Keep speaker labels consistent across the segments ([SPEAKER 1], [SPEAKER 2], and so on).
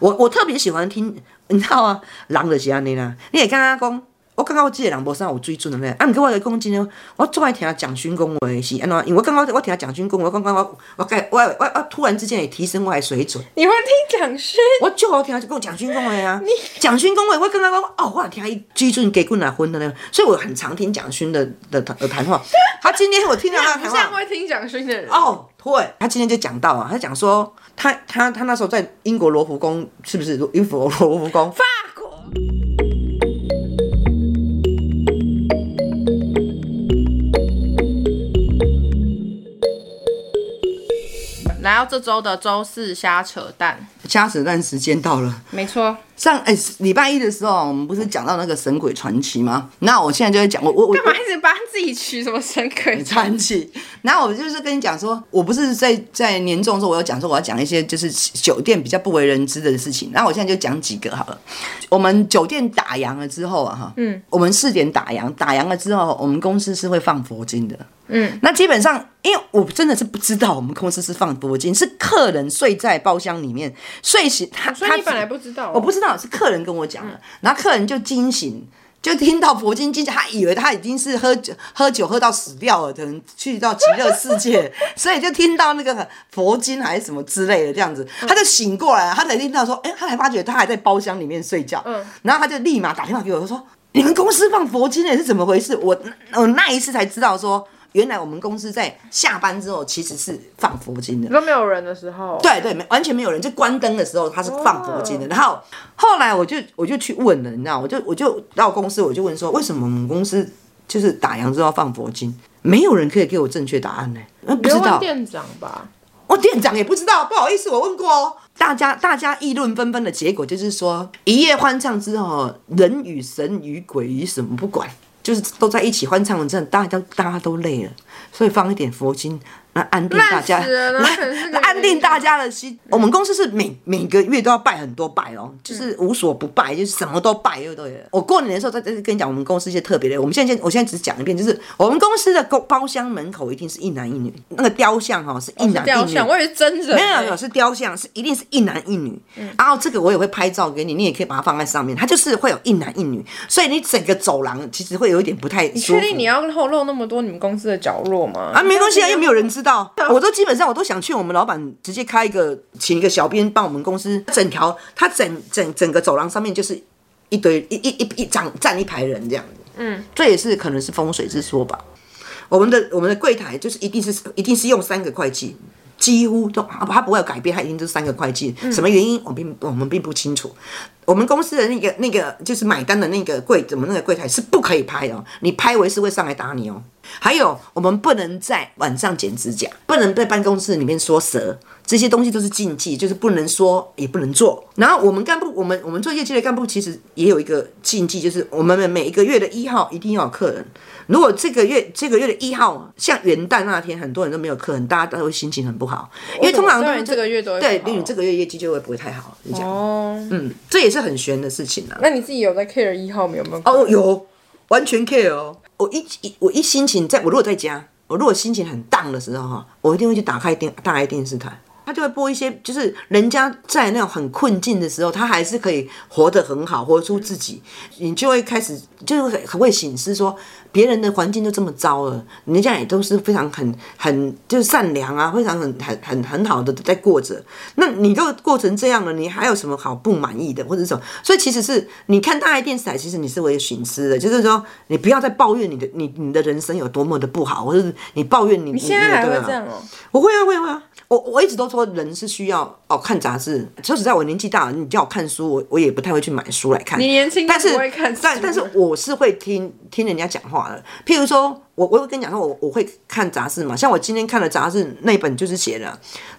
[SPEAKER 1] 我我特别喜欢听， 你知道啊，人就是安尼啦。你会感觉讲，我感觉我即个人无啥有水准的咧。啊，毋过我来讲真诶，我最爱听蒋勋讲话的是安怎？因为我感觉我听蒋勋讲话，我感觉我我感我我我突然之间会提升我的水准。
[SPEAKER 2] 你会听蒋勋？
[SPEAKER 1] 我就好听就讲蒋勋讲话啊，蒋勋讲话，我跟他讲哦，我有听伊水准给棍啊昏的那个，所以我很常听蒋勋的的的谈话。他今天我听到他
[SPEAKER 2] 不
[SPEAKER 1] 的谈
[SPEAKER 2] 像
[SPEAKER 1] 话，
[SPEAKER 2] 会听蒋勋的人。
[SPEAKER 1] 哦，对，他今天就讲到啊，他讲说他他他那时候在英国罗浮宫，是不是英国罗浮宫？
[SPEAKER 2] 法国，来到这周的周四瞎扯淡，
[SPEAKER 1] 掐扯淡时间到了。
[SPEAKER 2] 没错，
[SPEAKER 1] 上哎礼拜一的时候，我们不是讲到那个《神鬼传奇》吗？那我现在就会讲，我我我
[SPEAKER 2] 干嘛一直帮自己取什么神鬼？
[SPEAKER 1] 传奇。然后我就是跟你讲说，我不是在在年终的时候，我有讲说我要讲一些就是酒店比较不为人知的事情。那我现在就讲几个好了。我们酒店打烊了之后啊，哈，嗯，我们四点打烊，打烊了之后，我们公司是会放佛经的。
[SPEAKER 2] 嗯，
[SPEAKER 1] 那基本上，因为我真的是不知道我们公司是放佛经，是客人睡在包厢里面睡醒，他
[SPEAKER 2] 所以
[SPEAKER 1] 他
[SPEAKER 2] 你本来不知道哦、
[SPEAKER 1] 我不知道是客人跟我讲的，然后客人就惊醒，就听到佛经惊醒，他以为他已经是喝酒喝酒喝到死掉了，可能去到极乐世 界，所以就听到那个佛经还是什么之类的这样子，
[SPEAKER 2] 嗯
[SPEAKER 1] 他就醒过来，他才听到说，哎、他才发觉他还在包厢里面睡觉，
[SPEAKER 2] 嗯
[SPEAKER 1] 然后他就立马打电话给我，他说你们公司放佛经诶是怎么回事？我我那一次才知道说，原来我们公司在下班之后其实是放佛经的
[SPEAKER 2] 你。说没有人的时候，
[SPEAKER 1] 对对，没完全没有人，就关灯的时候他是放佛
[SPEAKER 2] 哦
[SPEAKER 1] 经的。然后后来我就我就去问了，你知道，我就我就到公司我就问说，为什么我们公司就是打烊之后放佛经？没有人可以给我正确答案呢、呃不
[SPEAKER 2] 不
[SPEAKER 1] 知
[SPEAKER 2] 要问
[SPEAKER 1] 道，
[SPEAKER 2] 啊店长吧？
[SPEAKER 1] 我店长也不知道，不好意思，我问过哦。大家大家议论纷纷的结果就是说，一夜欢唱之后，人与神与鬼与什么不管，就是都在一起欢唱，这样大家都大家都累了，所以放一点佛经，那安定大家，
[SPEAKER 2] 烂死了那可能是
[SPEAKER 1] 那
[SPEAKER 2] 个
[SPEAKER 1] 安定大家的心。我们公司是每每个月都要拜很多拜哦，就是无所不拜，就是什么都拜，对不对？我过年的时候再再跟你讲我们公司一些特别的，我们现在先我现在只讲一遍，就是我们公司的公包厢门口一定是一男一女，那个雕像哈、哦、是一男一
[SPEAKER 2] 雕
[SPEAKER 1] 女。
[SPEAKER 2] 像，我以为是真人、欸
[SPEAKER 1] 没有没有，是雕像，是一定是一男一女。
[SPEAKER 2] 嗯
[SPEAKER 1] 然后这个我也会拍照给你，你也可以把它放在上面。它就是会有一男一女，所以你整个走廊其实会有一点不太
[SPEAKER 2] 你
[SPEAKER 1] 舒
[SPEAKER 2] 确
[SPEAKER 1] 服。
[SPEAKER 2] 定你要透露那么多你们公司的角落吗？
[SPEAKER 1] 啊，没关系啊，又没有人知道。我都基本上我都想劝我们老板直接开一个，请一个小编帮我们公司整条，他整整整个走廊上面就是一堆一一一一站站一排人这样子。嗯，这也是可能是风水之说吧。我们的我们的柜台就是一定是一定是用三个会计，几乎都啊他不会有改变，他一定就是三个会计。什么原因我并我们并不清楚。我们公司的那个那个就是买单的那个柜，我们那个柜台是不可以拍的、哦，你拍为是会上来打你哦。还有，我们不能在晚上剪指甲，不能在办公室里面说蛇，这些东西都是禁忌，就是不能说，也不能做。然后我们干部，我们我们做业绩的干部，其实也有一个禁忌，就是我们每一个月的一号一定要有客人。如果这个月这个月的一号，像元旦那天，很多人都没有客人，大家都会心情很不好，因为通常都
[SPEAKER 2] 当
[SPEAKER 1] 是
[SPEAKER 2] 然这个月都会
[SPEAKER 1] 哦对，
[SPEAKER 2] 不好
[SPEAKER 1] 例如这个月业绩就会不会太好，你讲，
[SPEAKER 2] 哦，
[SPEAKER 1] 嗯，这也是很悬的事情啊。
[SPEAKER 2] 那你自己有在 care 一号没有没有？
[SPEAKER 1] 哦，有完全 care 哦。我一一我一心情在，我如果在家，我如果心情很 down 的时候哈，我一定会去打开电打开电视台，他就会播一些，就是人家在那种很困境的时候，他还是可以活得很好，活出自己，你就会开始就是会很会醒思说，别人的环境就这么糟了，人家也都是非常很很就是善良啊，非常很很很很好的在过着，那你都过成这样了，你还有什么好不满意的或者是什么？所以其实是你看大爱电视台，其实你是会损失的，就是说你不要再抱怨你的你你的人生有多么的不好，或者是你抱怨你你
[SPEAKER 2] 你现在还
[SPEAKER 1] 你
[SPEAKER 2] 会
[SPEAKER 1] 的
[SPEAKER 2] 这样哦、
[SPEAKER 1] 我会啊，会啊，会啊。我我一直都说人是需要哦看杂志。说实在，我年纪大了，你叫我看书，我我也不太会去买书来看。
[SPEAKER 2] 你年轻就
[SPEAKER 1] 但是
[SPEAKER 2] 不会看书
[SPEAKER 1] 但但是我是会听听人家讲话的。譬如说，我我会跟你讲说，我我会看杂志嘛。像我今天看的杂志那一本就是写的，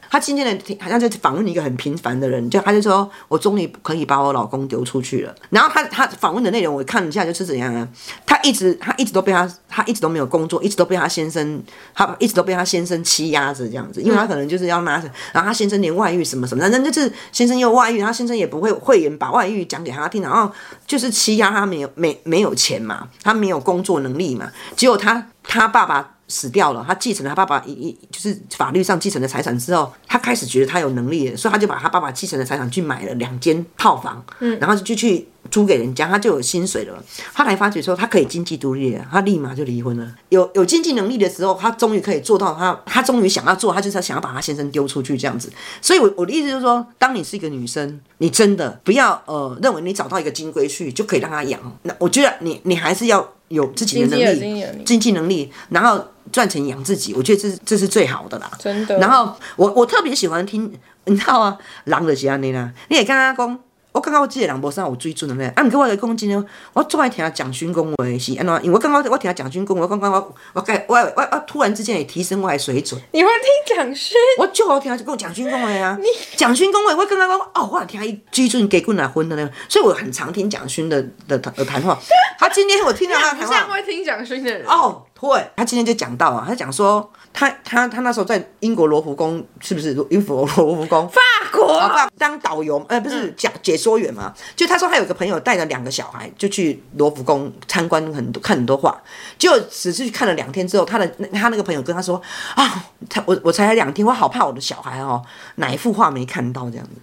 [SPEAKER 1] 他今天的好像在访问一个很平凡的人，就他就说我终于可以把我老公丢出去了。然后他他访问的内容我看一下就是怎样啊，他一直他一直都被他他一直都没有工作，一直都被他先生他一直都被他先生欺压着这样子，因为他可能就是要拿着，然后他先生连外遇什么什么，反正就是先生又外遇，他先生也不会讳言把外遇讲给他听，然后就是欺压他没有没没有钱嘛，他没有工作能力嘛，结果他他爸爸。死掉了，他继承了他爸爸一一就是法律上继承的财产之后，他开始觉得他有能力了，所以他就把他爸爸继承的财产去买了两间套房，嗯，然后就去租给人家，他就有薪水了。他才发觉说他可以经济独立了，他立马就离婚了。有有经济能力的时候，他终于可以做到他他终于想要做，他就是想要把他先生丢出去这样子。所以我我的意思就是说，当你是一个女生，你真的不要呃认为你找到一个金龟婿就可以让他养。那我觉得你你还是要有自己的能
[SPEAKER 2] 经济有经济能力
[SPEAKER 1] 力，经济能力，然后赚钱养自己，我觉得这是这是最好的啦。
[SPEAKER 2] 真的
[SPEAKER 1] 然后我我特别喜欢听，你知道啊，人就是安尼啦。你也刚刚讲，我感觉我这个人无啥有水准的咧。啊，毋过我来讲真诶，我最爱听蒋勋讲话的是安怎？因为我感觉我听蒋勋讲话，我感觉我我改我我我突然之间会提升我的水准。
[SPEAKER 2] 你会听讲师？
[SPEAKER 1] 我就好听跟我蒋勋讲话啊，蒋勋讲话，我跟他讲哦，我有听伊水准给棍来婚的呢，所以我很常听蒋勋的的谈的谈话。他今天我听到他的
[SPEAKER 2] 不
[SPEAKER 1] 谈
[SPEAKER 2] 像
[SPEAKER 1] 话，
[SPEAKER 2] 会听讲师的人。
[SPEAKER 1] 哦，对，他今天就讲到啊，他讲说他他他那时候在英国罗浮宫是不是英国罗浮宫？
[SPEAKER 2] 法国
[SPEAKER 1] 啊，爸当导游，呃，不是讲解说员嘛？就他说他有个朋友带着两个小孩，就去罗浮宫参观很多看很多画，结果只是去看了两天之后，他的那他那个朋友跟他说啊，他我我才来两天，我好怕我的小孩哦，哪一幅画没看到这样子。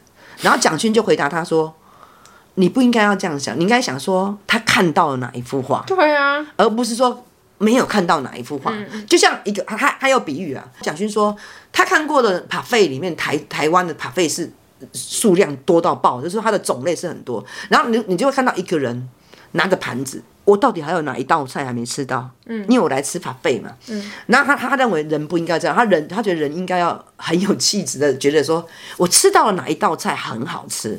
[SPEAKER 1] 然后蒋勋就回答他说，你不应该要这样想，你应该想说他看到了哪一幅画。
[SPEAKER 2] 对啊，
[SPEAKER 1] 而不是说没有看到哪一幅画。就像一个他他他有比喻啊，蒋勋说他看过的帕费里面台台湾的帕费是数量多到爆，就是说它的种类是很多。然后你你就会看到一个人拿个盘子。我到底还有哪一道菜还没吃到？嗯，因为我来吃法费嘛。嗯，然后他他认为人不应该这样，他人他觉得人应该要很有气质的，觉得说我吃到了哪一道菜很好吃。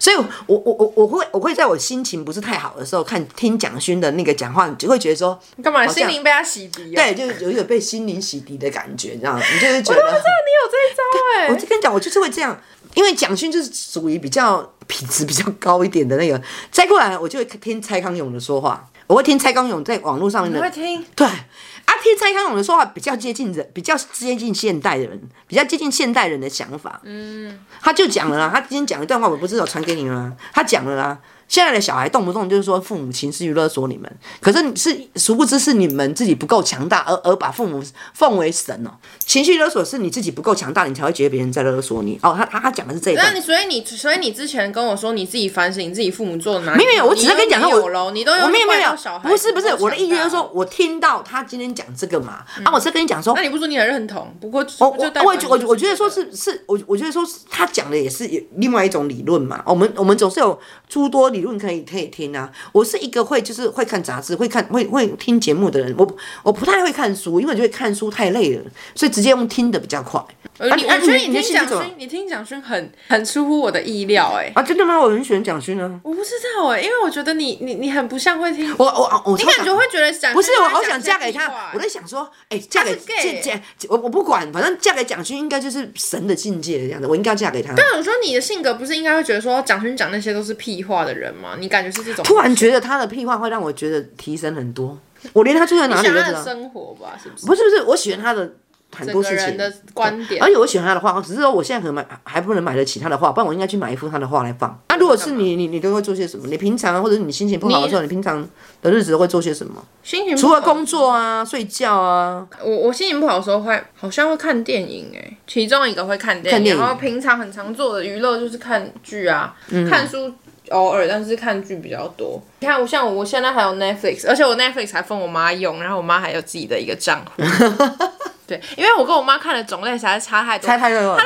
[SPEAKER 1] 所以我，我我我我会我会在我心情不是太好的时候看听蒋勋的那个讲话，你就会觉得说，
[SPEAKER 2] 干嘛？
[SPEAKER 1] 好像
[SPEAKER 2] 心灵被他洗涤、啊。
[SPEAKER 1] 对，就有一种被心灵洗涤的感觉，你知道吗？你就会觉得，
[SPEAKER 2] 你有这一招哎、
[SPEAKER 1] 我就跟你讲，我就是会这样，因为蒋勋就是属于比较品质比较高一点的那个。再过来，我就会听蔡康永的说话，我会听蔡康永在网络上面
[SPEAKER 2] 你
[SPEAKER 1] 的
[SPEAKER 2] 会听？
[SPEAKER 1] 对啊，听蔡康永的说法比较接近人，比较接近现代人，比较接近现代人的想法。嗯，他就讲了啦，他今天讲一段话，我不是有传给你们吗？他讲了啦。现在的小孩动不动就是说父母情绪勒索你们，可是你是殊不知是你们自己不够强大，而而把父母奉为神哦。情绪勒索是你自己不够强大，你才会觉得别人在勒索你哦。他他他讲的是这一
[SPEAKER 2] 那
[SPEAKER 1] 段，
[SPEAKER 2] 你所以你所以你之前跟我说你自己反省你自己父母做的哪里
[SPEAKER 1] 没有没有，我只是跟你讲说我
[SPEAKER 2] 有喽，你都有
[SPEAKER 1] 我没有没有
[SPEAKER 2] 怪
[SPEAKER 1] 没
[SPEAKER 2] 到
[SPEAKER 1] 有
[SPEAKER 2] 小，孩
[SPEAKER 1] 不是不是
[SPEAKER 2] 够强大哦嗯
[SPEAKER 1] 我的意思就是说，，我听到他今天讲这个嘛，啊，我是跟你讲说
[SPEAKER 2] 那你不说你很认同？不过
[SPEAKER 1] 我
[SPEAKER 2] 不就代
[SPEAKER 1] 我
[SPEAKER 2] 表
[SPEAKER 1] 我觉我
[SPEAKER 2] 你
[SPEAKER 1] 我觉得说
[SPEAKER 2] 这
[SPEAKER 1] 是是，我我觉得说是他讲的也是有另外一种理论嘛。我们我们总是有诸多理论可以可以听啊。我是一个会就是会看杂志、会看会会听节目的人，我我不太会看书，因为我觉得看书太累了，所以直接用听的比较快。
[SPEAKER 2] 呃，你
[SPEAKER 1] 啊
[SPEAKER 2] 我觉得
[SPEAKER 1] 你
[SPEAKER 2] 你
[SPEAKER 1] 你的兴
[SPEAKER 2] 听
[SPEAKER 1] 趣
[SPEAKER 2] 蒋
[SPEAKER 1] 怎么
[SPEAKER 2] 勋，你听蒋勋很很出乎我的意料哎、
[SPEAKER 1] 啊，真的吗？我很喜欢蒋勋啊，
[SPEAKER 2] 我不知道哎、因为我觉得你你你很不像会听，
[SPEAKER 1] 我我我
[SPEAKER 2] 你
[SPEAKER 1] 超
[SPEAKER 2] 感
[SPEAKER 1] 想
[SPEAKER 2] 觉会觉得蒋
[SPEAKER 1] 不是哦
[SPEAKER 2] 勋，
[SPEAKER 1] 我
[SPEAKER 2] 在
[SPEAKER 1] 好
[SPEAKER 2] 讲
[SPEAKER 1] 想
[SPEAKER 2] 这
[SPEAKER 1] 嫁
[SPEAKER 2] 些
[SPEAKER 1] 给
[SPEAKER 2] 屁
[SPEAKER 1] 他
[SPEAKER 2] 话。欸
[SPEAKER 1] 我在想说，哎、嫁给
[SPEAKER 2] 他是 gay
[SPEAKER 1] 嫁嫁，我我不管，反正嫁给蒋勋应该就是神的境界这样子，我应该要嫁给他。
[SPEAKER 2] 但我说你的性格不是应该会觉得说蒋勋讲那些都是屁话的人吗？你感觉是这种？
[SPEAKER 1] 突然觉得他的屁话会让我觉得提升很多，我连他住在哪
[SPEAKER 2] 你
[SPEAKER 1] 里
[SPEAKER 2] 想
[SPEAKER 1] 都
[SPEAKER 2] 他
[SPEAKER 1] 知
[SPEAKER 2] 的
[SPEAKER 1] 道。
[SPEAKER 2] 生活吧，是不是？
[SPEAKER 1] 不是不是，我喜欢他的很
[SPEAKER 2] 整
[SPEAKER 1] 多
[SPEAKER 2] 个
[SPEAKER 1] 事
[SPEAKER 2] 人
[SPEAKER 1] 情，
[SPEAKER 2] 的观点
[SPEAKER 1] 而。且我喜欢他的画，只是说我现在可能买还不能买得起他的画，不然我应该去买一幅他的画来放。那、如果是你，你你都会做些什么？你平常或者你心情不好的时候，你平常的日子会做些什么？
[SPEAKER 2] 心情不
[SPEAKER 1] 除
[SPEAKER 2] 好
[SPEAKER 1] 了工作啊、睡觉啊，
[SPEAKER 2] 我我心情不好的时候会好像会看电影哎、其中一个会看电
[SPEAKER 1] 看
[SPEAKER 2] 影，
[SPEAKER 1] 电影
[SPEAKER 2] 然后平常很常做的娱乐就是看剧啊，
[SPEAKER 1] 嗯
[SPEAKER 2] 看书偶尔，但是看剧比较多。你看，我像我现在还有 Netflix，而且我 Netflix 还分我妈用，然后我妈还有自己的一个账 户。对，因为我跟我妈看的种类实在是差太多，
[SPEAKER 1] 猜猜
[SPEAKER 2] 她
[SPEAKER 1] 我
[SPEAKER 2] 都看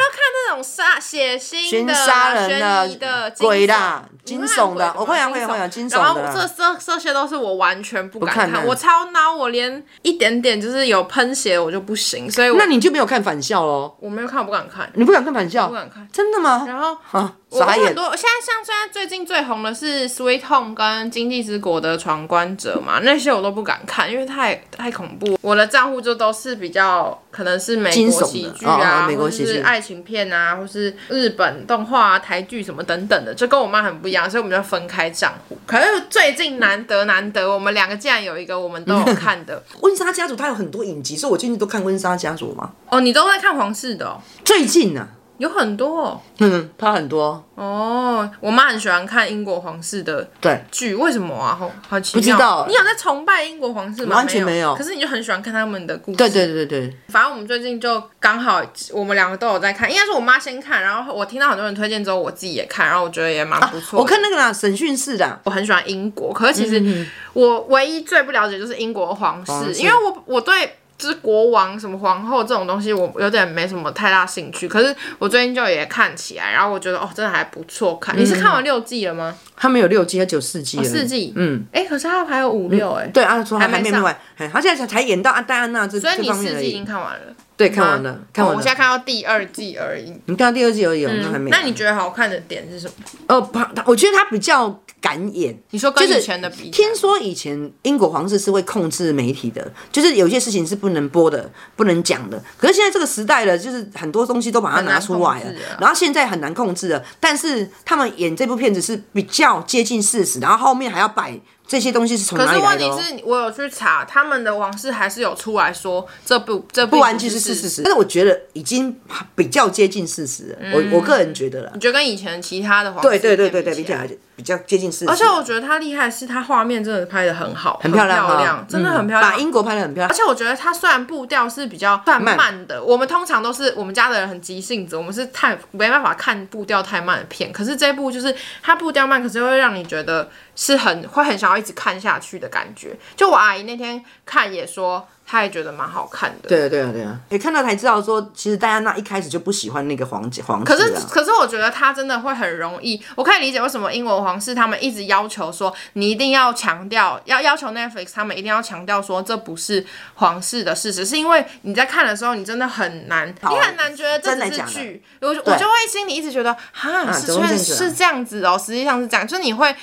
[SPEAKER 2] 那种杀血腥
[SPEAKER 1] 寻
[SPEAKER 2] 的啊、
[SPEAKER 1] 啊杀人
[SPEAKER 2] 悬疑
[SPEAKER 1] 的
[SPEAKER 2] 的、、
[SPEAKER 1] 鬼
[SPEAKER 2] 的
[SPEAKER 1] 啦、惊悚的，我会啊会啊会啊，惊悚
[SPEAKER 2] 然后
[SPEAKER 1] 的
[SPEAKER 2] 这
[SPEAKER 1] 啦。
[SPEAKER 2] 这这些都是我完全不敢
[SPEAKER 1] 看
[SPEAKER 2] 看，
[SPEAKER 1] 的
[SPEAKER 2] 我超孬，我连一点点就是有喷血我就不行，所以我
[SPEAKER 1] 那你就没有看返校喽？
[SPEAKER 2] 我没有看，我不敢看，
[SPEAKER 1] 你不敢看返校？
[SPEAKER 2] 不敢看。
[SPEAKER 1] 真的吗？
[SPEAKER 2] 然后
[SPEAKER 1] 啊，
[SPEAKER 2] 我
[SPEAKER 1] 傻
[SPEAKER 2] 我很
[SPEAKER 1] 眼。
[SPEAKER 2] 多，现在像现在最近最红的是《Sweet Home》跟《经济之国的闯关者》嘛，那些我都不敢看，因为太太恐怖。我的账户就都是比较可能是美
[SPEAKER 1] 惊悚
[SPEAKER 2] 国
[SPEAKER 1] 的
[SPEAKER 2] 喜剧
[SPEAKER 1] 哦
[SPEAKER 2] 啊，
[SPEAKER 1] 哦美国
[SPEAKER 2] 或者
[SPEAKER 1] 喜剧
[SPEAKER 2] 是爱情片啊，或是日本动画啊、台剧什么等等的，就跟我妈很不一样，所以我们就分开账户。可是最近难得难得，我们两个竟然有一个我们都有看的
[SPEAKER 1] 温莎家族它有很多影集，所以我最近都看温莎家族嘛。
[SPEAKER 2] 哦，你都在看皇室的、哦？
[SPEAKER 1] 最近呢、啊，
[SPEAKER 2] 有很多哦。
[SPEAKER 1] 嗯，它很多，
[SPEAKER 2] 哦我妈很喜欢看英国皇室的
[SPEAKER 1] 对，
[SPEAKER 2] 剧，为什么啊？好好奇妙。
[SPEAKER 1] 不知道
[SPEAKER 2] 你有在崇拜英国皇室吗？
[SPEAKER 1] 完全没有
[SPEAKER 2] 可是你就很喜欢看他们的故事。
[SPEAKER 1] 对对对对
[SPEAKER 2] 反正我们最近就刚好，我们两个都有在看，应该是我妈先看，然后我听到很多人推荐之后，我自己也看，然后我觉得也蛮不错
[SPEAKER 1] 啊
[SPEAKER 2] 的、
[SPEAKER 1] 我看那个啦，审讯室的，
[SPEAKER 2] 我很喜欢英国，可是其实我唯一最不了解就是英国皇室，
[SPEAKER 1] 皇室
[SPEAKER 2] 因为我我对。就是国王什么皇后这种东西，我有点没什么太大兴趣。可是我最近就也看起来，然后我觉得哦，真的还不错看。你
[SPEAKER 1] 嗯
[SPEAKER 2] 是看完六季了吗？
[SPEAKER 1] 他们有六季，还九四季了，
[SPEAKER 2] 四季
[SPEAKER 1] 嗯，
[SPEAKER 2] 哎、可是它还有五六哎、
[SPEAKER 1] 对啊，说还
[SPEAKER 2] 还没
[SPEAKER 1] 没
[SPEAKER 2] 上
[SPEAKER 1] 没完，嘿他现在才才演到啊戴安娜这
[SPEAKER 2] 所以
[SPEAKER 1] 这
[SPEAKER 2] 你
[SPEAKER 1] 方面
[SPEAKER 2] 四
[SPEAKER 1] 而
[SPEAKER 2] 季已经
[SPEAKER 1] 已，
[SPEAKER 2] 看完了，
[SPEAKER 1] 对，看完了，看
[SPEAKER 2] 哦
[SPEAKER 1] 完
[SPEAKER 2] 我现在
[SPEAKER 1] 了，
[SPEAKER 2] 看到第二季而已。
[SPEAKER 1] 你看到第二季而已哦，那还没，
[SPEAKER 2] 那你觉得好看的点是什么？
[SPEAKER 1] 呃，他他我觉得他比较敢演，
[SPEAKER 2] 你说跟以前的比，
[SPEAKER 1] 听说以前英国皇室是会控制媒体的，就是有些事情是不能播的、不能讲的。可是现在这个时代了，就是很多东西都把它拿出来
[SPEAKER 2] 很
[SPEAKER 1] 了
[SPEAKER 2] 难控制啊，
[SPEAKER 1] 然后现在很难控制了。但是他们演这部片子是比较接近事实，然后后面还要摆这些东西是从
[SPEAKER 2] 可
[SPEAKER 1] 哪
[SPEAKER 2] 是
[SPEAKER 1] 里来
[SPEAKER 2] 问
[SPEAKER 1] 的、
[SPEAKER 2] 题
[SPEAKER 1] 哦。
[SPEAKER 2] 是，我有去查，他们的王室还是有出来说这部这部
[SPEAKER 1] 不完全是事实，但是我觉得已经比较接近事实了。我我个人觉得了，
[SPEAKER 2] 你觉得跟以前其他的皇室
[SPEAKER 1] 对对对对对，
[SPEAKER 2] 比
[SPEAKER 1] 比
[SPEAKER 2] 起
[SPEAKER 1] 较
[SPEAKER 2] 来
[SPEAKER 1] 比较接近事实。
[SPEAKER 2] 而且我觉得他厉害的是他画面真的拍的很好，很
[SPEAKER 1] 很漂亮哦，
[SPEAKER 2] 真的
[SPEAKER 1] 嗯
[SPEAKER 2] 很漂亮。
[SPEAKER 1] 把英国拍的很漂
[SPEAKER 2] 而
[SPEAKER 1] 亮。
[SPEAKER 2] 且我觉得他虽然步调是比较算慢的，我们通常都是我们家的人很急性子，我们是太没办法看步调太慢的片。可是这部就是它步调慢，可是会让你觉得是很会很想要一直看下去的感觉。就我阿姨那天看也说，她也觉得蛮好看的。
[SPEAKER 1] 对啊，对啊，对啊，也看到才知道说，其实戴安娜一开始就不喜欢那个皇皇
[SPEAKER 2] 可
[SPEAKER 1] 室
[SPEAKER 2] 是
[SPEAKER 1] 啊，
[SPEAKER 2] 可是我觉得他真的会很容易，我可以理解为什么英国皇室他们一直要求说，你一定要强调，要要求 Netflix 他们一定要强调说这不是皇室的事实，是因为你在看的时候，你真的很难，
[SPEAKER 1] 好
[SPEAKER 2] 你很难觉得这
[SPEAKER 1] 真的
[SPEAKER 2] 只是
[SPEAKER 1] 假的
[SPEAKER 2] 剧，我就我就会心里一直觉得，哈，是
[SPEAKER 1] 怎么会
[SPEAKER 2] 确
[SPEAKER 1] 这样子
[SPEAKER 2] 实
[SPEAKER 1] 啊
[SPEAKER 2] 是这样子哦，实际上是这样，就是你会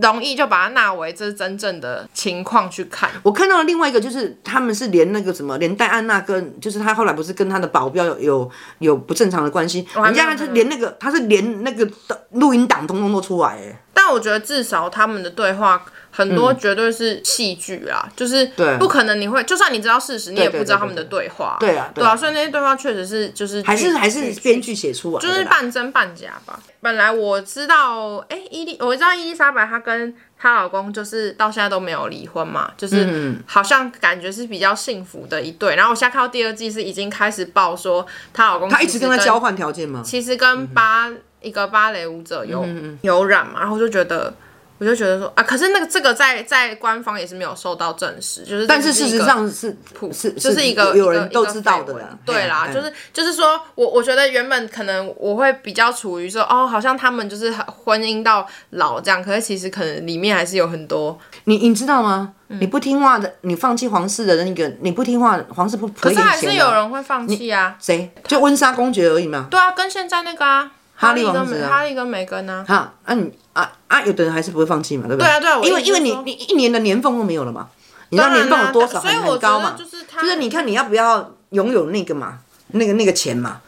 [SPEAKER 2] 容易就把它纳为这是真正的情况去看。
[SPEAKER 1] 我看到了另外一个，就是他们是连那个什么，连戴安娜跟，就是她后来不是跟她的保镖有有有不正常的关系，
[SPEAKER 2] 还
[SPEAKER 1] 人
[SPEAKER 2] 没有
[SPEAKER 1] 家他连那个他是连那个录音档通通都出来，哎，
[SPEAKER 2] 但我觉得至少他们的对话很多绝对是戏剧啊，就是
[SPEAKER 1] 嗯对
[SPEAKER 2] 不可能你会，就算你知道事实，你也
[SPEAKER 1] 对
[SPEAKER 2] 不知道他们的对话。
[SPEAKER 1] 对啊对
[SPEAKER 2] 对
[SPEAKER 1] 啊
[SPEAKER 2] 啊，所以那些对话确实是就是
[SPEAKER 1] 还是
[SPEAKER 2] 剧
[SPEAKER 1] 还是
[SPEAKER 2] 剧
[SPEAKER 1] 编剧写出来的
[SPEAKER 2] 就
[SPEAKER 1] 啦，
[SPEAKER 2] 是半真半假吧。本来我知道，哎、伊丽，我知道伊丽莎白她跟她老公就是到现在都没有离婚嘛，就是
[SPEAKER 1] 嗯
[SPEAKER 2] 好像感觉是比较幸福的一对。然后我现在看到第二季是已经开始爆说她老公
[SPEAKER 1] 他一
[SPEAKER 2] 其
[SPEAKER 1] 直
[SPEAKER 2] 实
[SPEAKER 1] 跟他交换条件嘛，
[SPEAKER 2] 其实跟芭、
[SPEAKER 1] 嗯
[SPEAKER 2] 一个芭蕾舞者有、有染嘛，然后我就觉得。我就觉得说啊，可是那个这个在在官方也是没有受到证实，就是
[SPEAKER 1] 但
[SPEAKER 2] 这
[SPEAKER 1] 是事
[SPEAKER 2] 只一
[SPEAKER 1] 实
[SPEAKER 2] 个
[SPEAKER 1] 上是是
[SPEAKER 2] 就是一个
[SPEAKER 1] 有
[SPEAKER 2] 一个
[SPEAKER 1] 人都知道
[SPEAKER 2] 一
[SPEAKER 1] 的
[SPEAKER 2] 个绯闻
[SPEAKER 1] 啦，哎
[SPEAKER 2] 对啦，
[SPEAKER 1] 嘿
[SPEAKER 2] 就是就是说我我觉得原本可能我会比较处于说哦，好像他们就是婚姻到老这样，可是其实可能里面还是有很多，
[SPEAKER 1] 你你知道吗？
[SPEAKER 2] 嗯
[SPEAKER 1] 你不听话的，你放弃皇室的那个，你不听话，皇室不可
[SPEAKER 2] 可
[SPEAKER 1] 以
[SPEAKER 2] 是
[SPEAKER 1] 领
[SPEAKER 2] 还
[SPEAKER 1] 钱
[SPEAKER 2] 是
[SPEAKER 1] 的
[SPEAKER 2] 有人会放弃啊。
[SPEAKER 1] 谁就温莎公爵而已嘛，
[SPEAKER 2] 对啊，跟现在那个啊，哈
[SPEAKER 1] 利
[SPEAKER 2] 利跟
[SPEAKER 1] 王子
[SPEAKER 2] 梅
[SPEAKER 1] 啊
[SPEAKER 2] 哈利跟梅根啊，
[SPEAKER 1] 哈，啊你啊啊，有的人还是不会放弃嘛，对不对？
[SPEAKER 2] 对啊对啊我
[SPEAKER 1] 因为
[SPEAKER 2] 意思
[SPEAKER 1] 因为你
[SPEAKER 2] 是说
[SPEAKER 1] 你一年的年俸都没有了嘛，你知道
[SPEAKER 2] 当然
[SPEAKER 1] 年
[SPEAKER 2] 啊
[SPEAKER 1] 俸有多少
[SPEAKER 2] 所以
[SPEAKER 1] 很
[SPEAKER 2] 我
[SPEAKER 1] 很
[SPEAKER 2] 觉
[SPEAKER 1] 高
[SPEAKER 2] 得
[SPEAKER 1] 嘛，
[SPEAKER 2] 就是他
[SPEAKER 1] 就是你看你要不要拥有那个嘛，那个那个钱嘛，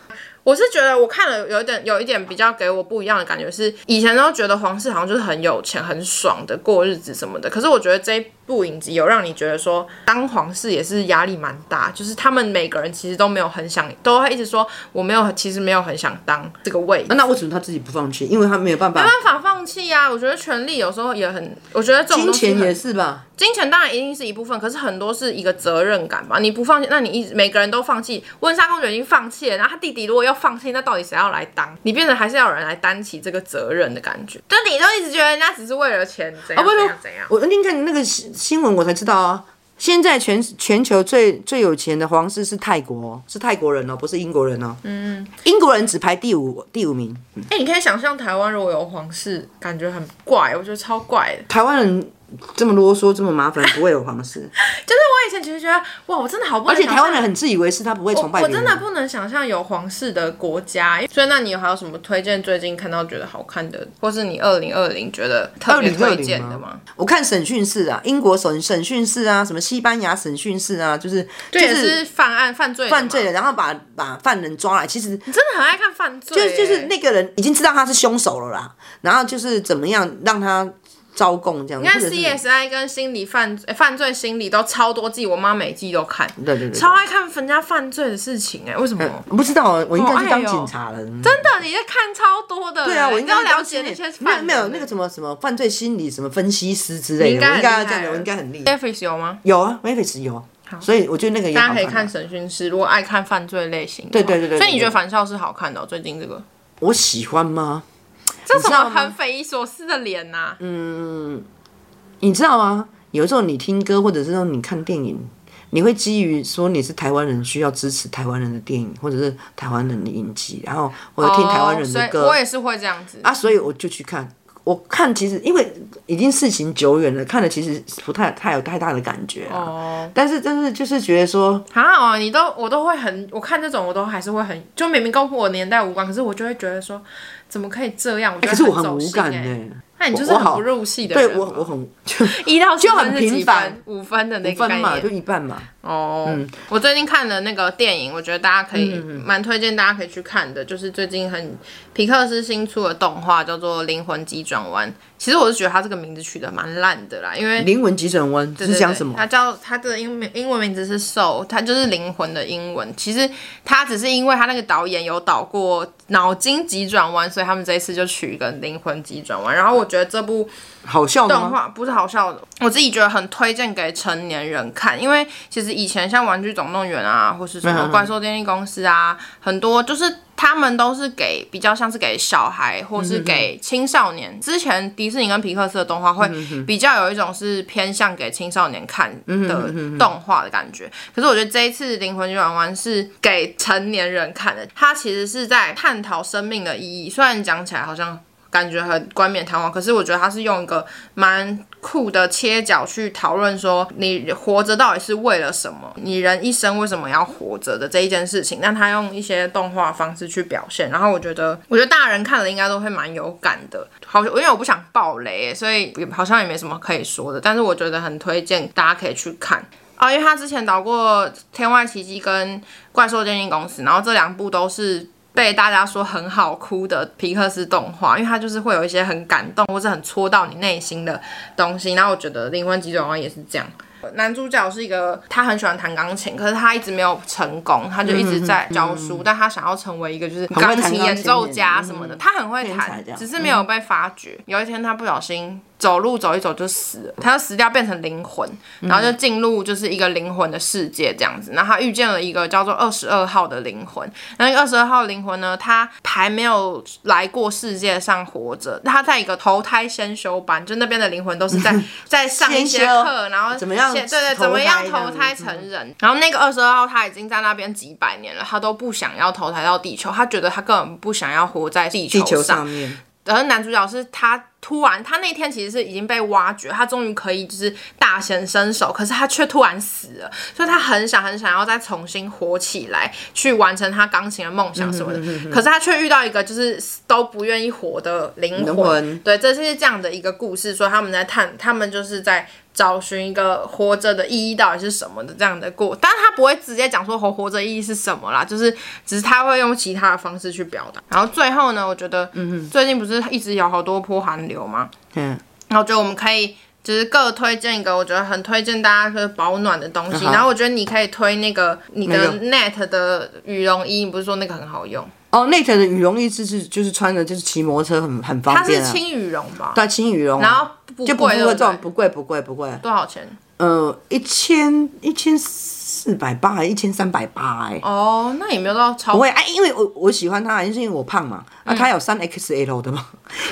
[SPEAKER 2] 我是觉得我看了有一点有一点比较给我不一样的感觉是，以前都觉得皇室好像就是很有钱、很爽的过日子什么的，可是我觉得这一部影集有让你觉得说，当皇室也是压力蛮大，就是他们每个人其实都没有很想，都会一直说我没有，其实没有很想当这个位置。
[SPEAKER 1] 那那为什么他自己不放弃？因为他没有办法
[SPEAKER 2] 没，办法放弃啊！我觉得权力有时候也很，我觉得这种
[SPEAKER 1] 金
[SPEAKER 2] 东西
[SPEAKER 1] 钱
[SPEAKER 2] 很
[SPEAKER 1] 也是吧？
[SPEAKER 2] 金钱当然一定是一部分，可是很多是一个责任感吧。你不放弃，那你一直每个人都放弃，温莎公爵已经放弃了，然后他弟弟如果要放弃，那到底谁要来当？你变成还是要有人来担起这个责任的感觉。但你都一直觉得人家只是为了钱，怎样
[SPEAKER 1] 不
[SPEAKER 2] 怎
[SPEAKER 1] 是
[SPEAKER 2] 样怎样。
[SPEAKER 1] 啊我那天看那个新新闻，我才知道啊。现在全全球最最有钱的皇室是泰国哦、是泰国人哦，不是英国人哦。嗯，英国人只排第五第五名，
[SPEAKER 2] 哎、你可以想象台湾如果有皇室，感觉很怪，我觉得超怪的。
[SPEAKER 1] 台湾人这么啰嗦，这么麻烦，不会有皇 室。
[SPEAKER 2] 就是我以前其实觉得，哇，我真的好不能
[SPEAKER 1] 而且
[SPEAKER 2] 想
[SPEAKER 1] 台
[SPEAKER 2] 象
[SPEAKER 1] 湾人很自以为是，他不会崇拜
[SPEAKER 2] 我
[SPEAKER 1] 别人。
[SPEAKER 2] 真的不能想象有皇室的国家，所以那你有还有什么推荐最近看到觉得好看的，或是你二零二零觉得特别推荐的
[SPEAKER 1] 2020
[SPEAKER 2] 吗？
[SPEAKER 1] 我看审讯室啊，英国审审讯室啊，什么西班牙审讯室啊，就是就
[SPEAKER 2] 这也是犯案犯罪的嘛
[SPEAKER 1] 犯罪了，然后把把犯人抓来，其实
[SPEAKER 2] 你真的很爱看犯罪
[SPEAKER 1] 就
[SPEAKER 2] 欸、
[SPEAKER 1] 是就是那个人已经知道他是凶手了啦，然后就是怎么样让他招供这样子。
[SPEAKER 2] 你看
[SPEAKER 1] 或者是
[SPEAKER 2] CSI 跟心理犯罪、犯罪心理都超多季，我妈每季都看，
[SPEAKER 1] 对对对嗯
[SPEAKER 2] 超爱看人家犯罪的事情哎、为什么？
[SPEAKER 1] 不知道，我应该去
[SPEAKER 2] 好爱
[SPEAKER 1] 当
[SPEAKER 2] 哦
[SPEAKER 1] 警察了。真
[SPEAKER 2] 真的，你在看超多的欸，
[SPEAKER 1] 对啊，我应
[SPEAKER 2] 你
[SPEAKER 1] 该
[SPEAKER 2] 要
[SPEAKER 1] 要
[SPEAKER 2] 了
[SPEAKER 1] 当
[SPEAKER 2] 解
[SPEAKER 1] 心
[SPEAKER 2] 那
[SPEAKER 1] 理
[SPEAKER 2] 些
[SPEAKER 1] 没有
[SPEAKER 2] 犯
[SPEAKER 1] 没有
[SPEAKER 2] 人
[SPEAKER 1] 那
[SPEAKER 2] 欸
[SPEAKER 1] 个什么什么犯罪心理什么分析师之
[SPEAKER 2] 你
[SPEAKER 1] 类的，
[SPEAKER 2] 应该
[SPEAKER 1] 我应该要
[SPEAKER 2] 很厉
[SPEAKER 1] 这样
[SPEAKER 2] 害
[SPEAKER 1] 的，我
[SPEAKER 2] 了
[SPEAKER 1] 应该很厉害。
[SPEAKER 2] Netflix 有吗？
[SPEAKER 1] 有啊 m a v i s 有，所以我觉得那个也
[SPEAKER 2] 大家
[SPEAKER 1] 好
[SPEAKER 2] 可以
[SPEAKER 1] 啊
[SPEAKER 2] 看《审讯师》，如果爱看犯罪类型的话，
[SPEAKER 1] 对对对对对
[SPEAKER 2] 所以你觉得《返校》是好看的哦、最近这个，
[SPEAKER 1] 我喜欢吗？
[SPEAKER 2] 这什
[SPEAKER 1] 知道
[SPEAKER 2] 么
[SPEAKER 1] 吗嗯
[SPEAKER 2] 很匪夷所思的脸啊呐、
[SPEAKER 1] 你知道吗？有时候你听歌，或者是说你看电影，你会基于说你是台湾人，需要支持台湾人的电影，或者是台湾人的影集，然后或者听台湾人的
[SPEAKER 2] 哦所以
[SPEAKER 1] 歌、
[SPEAKER 2] 我也是会这样子。
[SPEAKER 1] 啊，所以我就去看。我看其实因为已经事情久远了，看了其实不太太有太大的感觉啊。
[SPEAKER 2] 哦，
[SPEAKER 1] 但是但是就是觉得说，
[SPEAKER 2] 啊哦，你都我都会很，我看这种我都还是会很，就明明跟我年代无关，可是我就会觉得说，怎么可以这样？我觉得
[SPEAKER 1] 可是我很
[SPEAKER 2] 走
[SPEAKER 1] 无
[SPEAKER 2] 心
[SPEAKER 1] 感
[SPEAKER 2] 哎、
[SPEAKER 1] 呢、
[SPEAKER 2] 那你就是
[SPEAKER 1] 我
[SPEAKER 2] 很
[SPEAKER 1] 好
[SPEAKER 2] 不入戏的人
[SPEAKER 1] 对
[SPEAKER 2] 嘛。
[SPEAKER 1] 我我很就
[SPEAKER 2] 一到
[SPEAKER 1] 就
[SPEAKER 2] 十分
[SPEAKER 1] 很
[SPEAKER 2] 是
[SPEAKER 1] 平
[SPEAKER 2] 几
[SPEAKER 1] 凡
[SPEAKER 2] 分，五分的那个
[SPEAKER 1] 分
[SPEAKER 2] 概
[SPEAKER 1] 嘛，
[SPEAKER 2] 念
[SPEAKER 1] 就。嗯一半嘛。
[SPEAKER 2] 哦，我最近看了那个电影，我觉得大家可
[SPEAKER 1] 嗯
[SPEAKER 2] 以蛮推荐大家可以去看的，就是最近很皮克斯新出的动画叫做《灵魂急转弯》。其实我是觉得它这个名字取得蛮烂的啦，因为
[SPEAKER 1] 灵魂急转弯
[SPEAKER 2] 对
[SPEAKER 1] 是
[SPEAKER 2] 对
[SPEAKER 1] 讲
[SPEAKER 2] 对
[SPEAKER 1] 什么？
[SPEAKER 2] 它叫它的英名英文名字是 Soul，它就是灵魂的英文。其实它只是因为它那个导演有导过《脑筋急转弯》，所以他们这一次就取一个《灵魂急转弯》。然后我觉得这部
[SPEAKER 1] 好笑
[SPEAKER 2] 动
[SPEAKER 1] 吗？
[SPEAKER 2] 画不是好笑的，我自己觉得很推荐给成年人看，因为其实以前像《玩具总动员》啊，或是什么
[SPEAKER 1] 嗯嗯
[SPEAKER 2] 《怪兽电力公司》啊，很多就是他们都是给比较像是给小孩或是
[SPEAKER 1] 嗯
[SPEAKER 2] 给青少年。之前迪士尼跟皮克斯的动画会比较有一种是偏向给青少年看
[SPEAKER 1] 嗯
[SPEAKER 2] 的动画的感觉，可是我觉得这一次《灵魂急转弯》是给成年人看的，它其实是在探讨生命的意义。虽然讲起来好像感觉很冠冕堂皇，可是我觉得他是用一个蛮酷的切角去讨论说，你活着到底是为了什么？你人一生为什么要活着的这一件事情？那他用一些动画方式去表现，然后我觉得，我觉得大人看了应该都会蛮有感的。好，因为我不想爆雷，所以也好像也没什么可以说的，但是我觉得很推荐大家可以去看。哦，因为他之前导过《天外奇迹》跟《怪兽电影公司》，然后这两部都是被大家说很好哭的皮克斯动画，因为它就是会有一些很感动或是很戳到你内心的东西。然后我觉得《灵魂急转弯》也是这样。男主角是一个，他很喜欢弹钢琴，可是他一直没有成功，他就一直在教书，但他想要成为一个就是
[SPEAKER 1] 会弹
[SPEAKER 2] 钢琴演奏家
[SPEAKER 1] 钢琴
[SPEAKER 2] 啊什么的，他很会
[SPEAKER 1] 嗯天才
[SPEAKER 2] 弹
[SPEAKER 1] 这，样嗯
[SPEAKER 2] 只是没有被发觉。有一天他不小心走路走一走就死了，他就死掉变成灵魂，
[SPEAKER 1] 嗯
[SPEAKER 2] 然后就进入就是一个灵魂的世界这样子。然后他遇见了一个叫做二十二号的灵魂，那个二十二号灵魂呢，他还没有来过世界上活着，他在一个投胎先修班，就那边的灵魂都 是在在上一些
[SPEAKER 1] 先修
[SPEAKER 2] 课，然后
[SPEAKER 1] 怎么样
[SPEAKER 2] 先对对，
[SPEAKER 1] 投
[SPEAKER 2] 怎么样
[SPEAKER 1] 胎
[SPEAKER 2] 投
[SPEAKER 1] 这
[SPEAKER 2] 胎
[SPEAKER 1] 样
[SPEAKER 2] 成人？然后那个二十二号他已经在那边几百年了，他都不想要投胎到地球，他觉得他根本不想要活在地
[SPEAKER 1] 地球
[SPEAKER 2] 球上
[SPEAKER 1] 上。面，
[SPEAKER 2] 然后男主角是他突然，他那天其实是已经被挖掘，他终于可以就是大显身手，可是他却突然死了，所以他很想很想要再重新活起来，去完成他钢琴的梦想什
[SPEAKER 1] 嗯
[SPEAKER 2] 么的。可是他却遇到一个就是都不愿意活的灵魂，
[SPEAKER 1] 灵魂
[SPEAKER 2] 对，这是这样的一个故事，说他们在探，他们就是在。找寻一个活着的意义到底是什么的这样的过，但是他不会直接讲说活活着意义是什么啦，就是只是他会用其他的方式去表达。然后最后呢，我觉得，嗯，最近不是一直有好多波寒流吗？
[SPEAKER 1] 嗯，
[SPEAKER 2] 然后我觉得我们可以就是各推荐一个，我觉得很推荐大家就是保暖的东西。
[SPEAKER 1] 嗯好
[SPEAKER 2] 然后我觉得你可以推那个你的
[SPEAKER 1] 那
[SPEAKER 2] Net 的羽绒衣，你不是说那个很好用？
[SPEAKER 1] 哦，Nate 的羽绒衣是是就是穿的，就是骑摩托车很很
[SPEAKER 2] 它
[SPEAKER 1] 方
[SPEAKER 2] 是
[SPEAKER 1] 便啊，
[SPEAKER 2] 轻羽绒吧？
[SPEAKER 1] 对，轻羽绒啊，
[SPEAKER 2] 然后不
[SPEAKER 1] 就不
[SPEAKER 2] 贵，
[SPEAKER 1] 贵，这
[SPEAKER 2] 对不对
[SPEAKER 1] 种不贵不贵不贵，
[SPEAKER 2] 多少钱？
[SPEAKER 1] 呃，一千一千四百八还一千三百八哎。
[SPEAKER 2] 哦，那也没有到超
[SPEAKER 1] 不。会哎，因为我我喜欢它，是因为我胖嘛，啊，
[SPEAKER 2] 嗯
[SPEAKER 1] 它有三 XL 的嘛，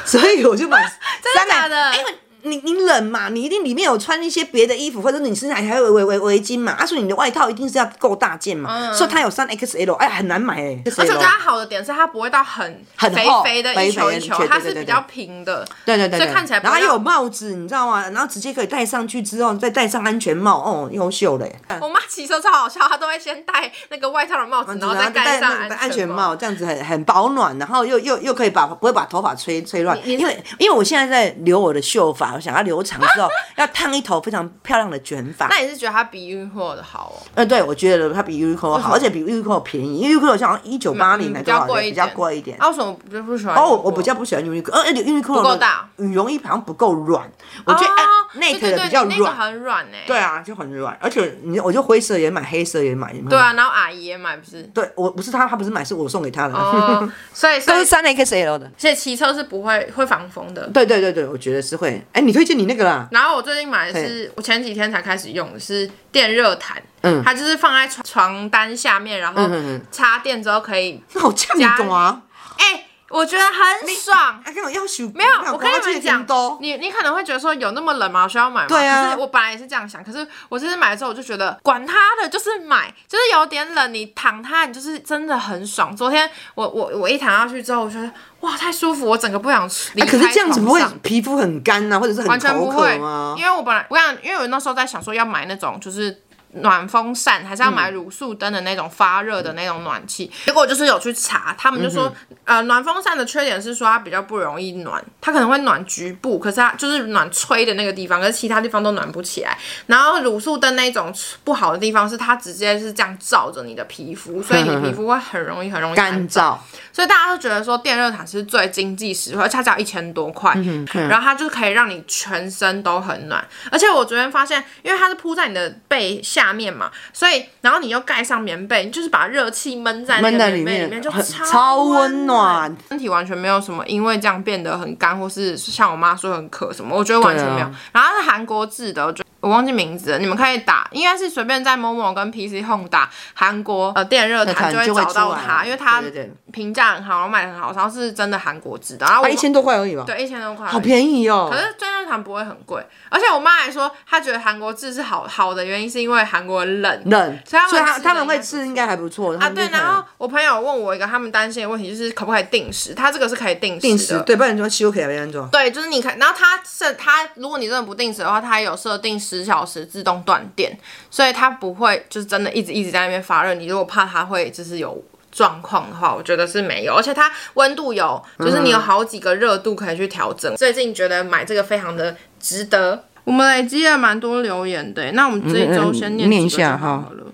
[SPEAKER 1] 所以我就买
[SPEAKER 2] 真
[SPEAKER 1] 三
[SPEAKER 2] 的假
[SPEAKER 1] X 哎
[SPEAKER 2] 的？
[SPEAKER 1] 你你冷嘛，你一定里面有穿一些别的衣服，或者你身上还有围围围巾嘛，啊，所以你的外套一定是要够大件嘛，所以它有三 XL，哎，很难买哎、
[SPEAKER 2] 嗯而且我觉得
[SPEAKER 1] XL
[SPEAKER 2] 它好的点是它不会到很
[SPEAKER 1] 很
[SPEAKER 2] 肥
[SPEAKER 1] 厚
[SPEAKER 2] 肥的一
[SPEAKER 1] 肥
[SPEAKER 2] 球
[SPEAKER 1] 肥的
[SPEAKER 2] 一球，
[SPEAKER 1] 对对
[SPEAKER 2] 它
[SPEAKER 1] 对
[SPEAKER 2] 是
[SPEAKER 1] 对
[SPEAKER 2] 比
[SPEAKER 1] 对
[SPEAKER 2] 较平的。
[SPEAKER 1] 对对对
[SPEAKER 2] 所以
[SPEAKER 1] 对
[SPEAKER 2] 看起来不
[SPEAKER 1] 然后
[SPEAKER 2] 要
[SPEAKER 1] 又有帽子，你知道吗？然后直接可以戴上去之后，再戴上安全帽，哦，优秀嘞、
[SPEAKER 2] 我妈骑车超好笑，她都会先戴那个外套的帽子，然后再盖
[SPEAKER 1] 戴
[SPEAKER 2] 上
[SPEAKER 1] 那个安
[SPEAKER 2] 全
[SPEAKER 1] 全。帽，这样子很很保暖，然后又又又可以把不会把头发吹吹乱，
[SPEAKER 2] 你
[SPEAKER 1] 因为因为我现在在留我的秀发，好想要留长之后，要烫一头非常漂亮的卷发。
[SPEAKER 2] 那你是觉得它比 Uniqlo 的好哦？
[SPEAKER 1] 呃，对，我觉得它比 Uniqlo 好，而且比 Uniqlo 便宜。Uniqlo 像一九八零
[SPEAKER 2] 嗯
[SPEAKER 1] 还
[SPEAKER 2] 比
[SPEAKER 1] 多少
[SPEAKER 2] 较
[SPEAKER 1] 的，
[SPEAKER 2] 贵一
[SPEAKER 1] 比较
[SPEAKER 2] 点，
[SPEAKER 1] 贵一点。
[SPEAKER 2] 啊，为什么我就不喜欢 Uniqlo？
[SPEAKER 1] 哦，我比较不喜欢 Uniqlo，而且 Uniqlo 不
[SPEAKER 2] 够大，
[SPEAKER 1] 羽绒衣好像不够软，我
[SPEAKER 2] 哦，
[SPEAKER 1] 觉得哎
[SPEAKER 2] 对
[SPEAKER 1] Nike
[SPEAKER 2] 对
[SPEAKER 1] 的
[SPEAKER 2] 对
[SPEAKER 1] 比较
[SPEAKER 2] 你那个
[SPEAKER 1] 软。
[SPEAKER 2] 很软哎。
[SPEAKER 1] 对啊，就很软，而且你我就灰色也买，黑色也买。对
[SPEAKER 2] 对，啊，然后阿姨也买不是？
[SPEAKER 1] 对我不是他，他不是买，是我送给他的，
[SPEAKER 2] 哦，所以所
[SPEAKER 1] 都
[SPEAKER 2] 以
[SPEAKER 1] 是三 XL 的。
[SPEAKER 2] 所以骑车是不会会防风的。
[SPEAKER 1] 对对对对，我觉得是会。哎，你推荐你那个啦，
[SPEAKER 2] 然后我最近买的是，我前几天才开始用的是电热毯，
[SPEAKER 1] 嗯
[SPEAKER 2] 它就是放在床床单下面，然后
[SPEAKER 1] 嗯嗯嗯
[SPEAKER 2] 插电之后可以，
[SPEAKER 1] 那我叫你懂啊？
[SPEAKER 2] 哎、我觉得很爽。
[SPEAKER 1] 啊，跟我要求没
[SPEAKER 2] 没有，我跟你
[SPEAKER 1] 这
[SPEAKER 2] 们
[SPEAKER 1] 些
[SPEAKER 2] 讲
[SPEAKER 1] 都，
[SPEAKER 2] 你你可能会觉得说有那么冷吗？我需要买吗？
[SPEAKER 1] 对啊
[SPEAKER 2] 可是我本来也是这样想，可是我这次买了之后，我就觉得管它的，就是买，就是有点冷，你躺它，你就是真的很爽。昨天我我我一躺下去之后，我觉得哇太舒服，我整个不想离
[SPEAKER 1] 哎
[SPEAKER 2] 开、
[SPEAKER 1] 可是这样子不会
[SPEAKER 2] 床上
[SPEAKER 1] 皮肤很干啊呐，或者是很
[SPEAKER 2] 完全
[SPEAKER 1] 口
[SPEAKER 2] 不
[SPEAKER 1] 渴
[SPEAKER 2] 会
[SPEAKER 1] 吗，？
[SPEAKER 2] 因为我本来我想，因为我那时候在想说要买那种就是暖风扇，还是要买
[SPEAKER 1] 嗯
[SPEAKER 2] 卤素灯的那种发热的那种暖气。结果我就是有去查，他们就
[SPEAKER 1] 嗯
[SPEAKER 2] 说，呃，暖风扇的缺点是说它比较不容易暖，它可能会暖局部，可是它就是暖吹的那个地方，可是其他地方都暖不起来。然后卤素灯那种不好的地方是它直接是这样照着你的皮肤，所以你皮肤会很容易很容易
[SPEAKER 1] 干燥。
[SPEAKER 2] 所以大家都觉得说电热毯是最经济实惠，而且它只要一千多块，
[SPEAKER 1] 嗯
[SPEAKER 2] 然后它就可以让你全身都很暖。而且我昨天发现，因为它是铺在你的背下面嘛，所以然后你又盖上棉被，你就是把热气闷在那
[SPEAKER 1] 闷
[SPEAKER 2] 个
[SPEAKER 1] 在
[SPEAKER 2] 棉被
[SPEAKER 1] 里
[SPEAKER 2] 里
[SPEAKER 1] 面
[SPEAKER 2] 面，就
[SPEAKER 1] 很超
[SPEAKER 2] 超
[SPEAKER 1] 温暖
[SPEAKER 2] 暖，身体完全没有什么因为这样变得很干，或是像我妈说很渴什么，我觉得完全没有。
[SPEAKER 1] 对啊
[SPEAKER 2] 然后它是韩国制的，我觉得我忘记名字了，你们可以打，应该是随便在某某跟 PC Home 打韩国呃电热
[SPEAKER 1] 那它
[SPEAKER 2] 毯就
[SPEAKER 1] 就
[SPEAKER 2] 会
[SPEAKER 1] 会
[SPEAKER 2] 找到
[SPEAKER 1] 出来
[SPEAKER 2] 它，因为它
[SPEAKER 1] 对对对
[SPEAKER 2] 评价很好，然后卖的很好，然后是真的韩国制的，然后我
[SPEAKER 1] 啊它一千多块而已嘛，
[SPEAKER 2] 对一千多块而已，
[SPEAKER 1] 好便宜哦
[SPEAKER 2] 可。是电热毯不会很贵，而且我妈还说她觉得韩国制是好好的原因是因为韩国冷
[SPEAKER 1] 冷，嗯
[SPEAKER 2] 所以他们
[SPEAKER 1] 所以他
[SPEAKER 2] 吃的
[SPEAKER 1] 他们会
[SPEAKER 2] 应该
[SPEAKER 1] 吃应该还不错
[SPEAKER 2] 啊，对，然后我朋友问我一个他们担心的问题，就是可不可以定时？它这个是可以定时的，
[SPEAKER 1] 定时，对，不然你说修可以还没安装。
[SPEAKER 2] 对，就是你看，然后它设它，如果你真的不定时的话，它有设定十小时自动断电，所以它不会就是真的一直一直在那边发热。你如果怕它会就是有状况的话，我觉得是没有，而且它温度有，就是你有好几个热度可以去调整。最近觉得买这个非常的值得。我们累积了蛮多留言的，欸那我们这一周先
[SPEAKER 1] 嗯
[SPEAKER 2] 念
[SPEAKER 1] 嗯念
[SPEAKER 2] 几
[SPEAKER 1] 一
[SPEAKER 2] 个
[SPEAKER 1] 下
[SPEAKER 2] 就好
[SPEAKER 1] 哈
[SPEAKER 2] 了。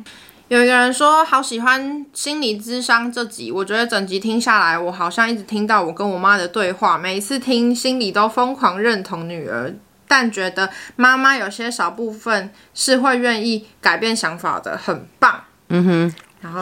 [SPEAKER 2] 有一个人说好喜欢心理智商这集，我觉得整集听下来，我好像一直听到我跟我妈的对话，每一次听心里都疯狂认同女儿，但觉得妈妈有些少部分是会愿意改变想法的，很棒。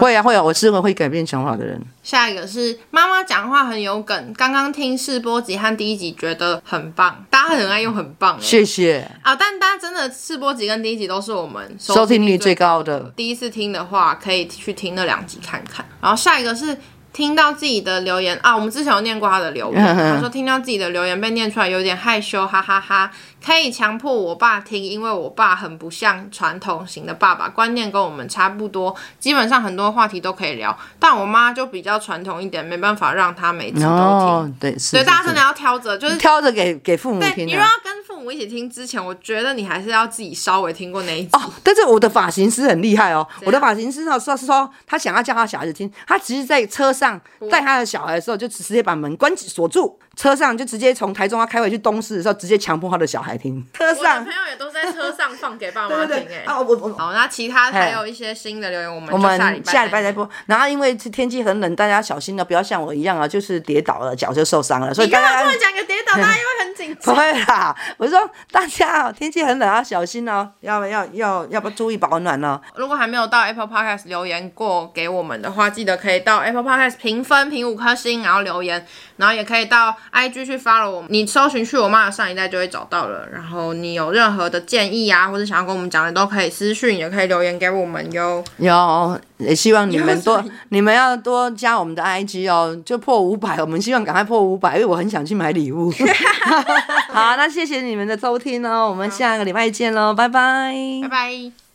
[SPEAKER 1] 会啊会啊，我是个会改变想法的人。
[SPEAKER 2] 下一个是妈妈讲话很有梗，刚刚听试播集和第一集觉得很棒，大家很爱用很棒、欸，
[SPEAKER 1] 谢谢，
[SPEAKER 2] 啊、但大家真的试播集跟第一集都是我们
[SPEAKER 1] 收听率最高的。
[SPEAKER 2] 第一次听的话，可以去听那两集看看。然后下一个是听到自己的留言啊，我们之前有念过他的留言，
[SPEAKER 1] 嗯
[SPEAKER 2] 他说听到自己的留言被念出来有点害羞，哈哈哈可以强迫我爸听，因为我爸很不像传统型的爸爸，观念跟我们差不多，基本上很多话题都可以聊。但我妈就比较传统一点，没办法让他 每次都听。
[SPEAKER 1] 哦，对，是
[SPEAKER 2] 对，
[SPEAKER 1] 是
[SPEAKER 2] 大家
[SPEAKER 1] 是
[SPEAKER 2] 真的要挑着，就是
[SPEAKER 1] 挑着给给父母
[SPEAKER 2] 对，
[SPEAKER 1] 听
[SPEAKER 2] 你如果
[SPEAKER 1] 啊。
[SPEAKER 2] 要跟父母一起听之前，我觉得你还是要自己稍微听过那一集。
[SPEAKER 1] 哦，但是我的发型师很厉害哦，
[SPEAKER 2] 啊
[SPEAKER 1] 我的发型师呢说是说他想要叫他小孩子听，他其实在车上
[SPEAKER 2] 嗯
[SPEAKER 1] 带他的小孩的时候，就直接把门关起锁住，车上就直接从台中要开回去东市的时候，直接强迫他的小孩听。车
[SPEAKER 2] 我的
[SPEAKER 1] 上
[SPEAKER 2] 朋，友也都在车上放给爸妈
[SPEAKER 1] 对
[SPEAKER 2] 听、
[SPEAKER 1] 对对，
[SPEAKER 2] 欸，
[SPEAKER 1] 啊，我我
[SPEAKER 2] 好，那其他还有一些新的留言，我们
[SPEAKER 1] 我
[SPEAKER 2] 我
[SPEAKER 1] 们
[SPEAKER 2] 下
[SPEAKER 1] 下礼拜再。播。然后因为天气很冷，大家小心了，不要像我一样啊，就是跌倒了，脚就受伤了。所以
[SPEAKER 2] 你
[SPEAKER 1] 大
[SPEAKER 2] 刚刚
[SPEAKER 1] 家
[SPEAKER 2] 突然讲个跌倒，大家又会 很紧
[SPEAKER 1] 不
[SPEAKER 2] 张。
[SPEAKER 1] 会啦，我说大家哦，天气很冷，要小心哦，要要要要不注意保暖哦。
[SPEAKER 2] 如果还没有到 Apple Podcast 留言过给我们的话，记得可以到 Apple Podcast 评分评五颗星，然后留言，然后也可以到 IG 去 follow 我们。你搜寻“去我妈的上一代”就会找到了。然后你有任何的建议啊，或者想要跟我们讲的，都可以私讯，也可以留言给我们哟。
[SPEAKER 1] 有， 也希望你们多
[SPEAKER 2] 有什么，
[SPEAKER 1] 你们要多加我们的 IG 哦，就破五百，我们希望赶快破五百，因为我很想去买礼 物。好，那谢谢你们的收听哦，我们下个礼拜见喽，拜拜
[SPEAKER 2] 拜拜。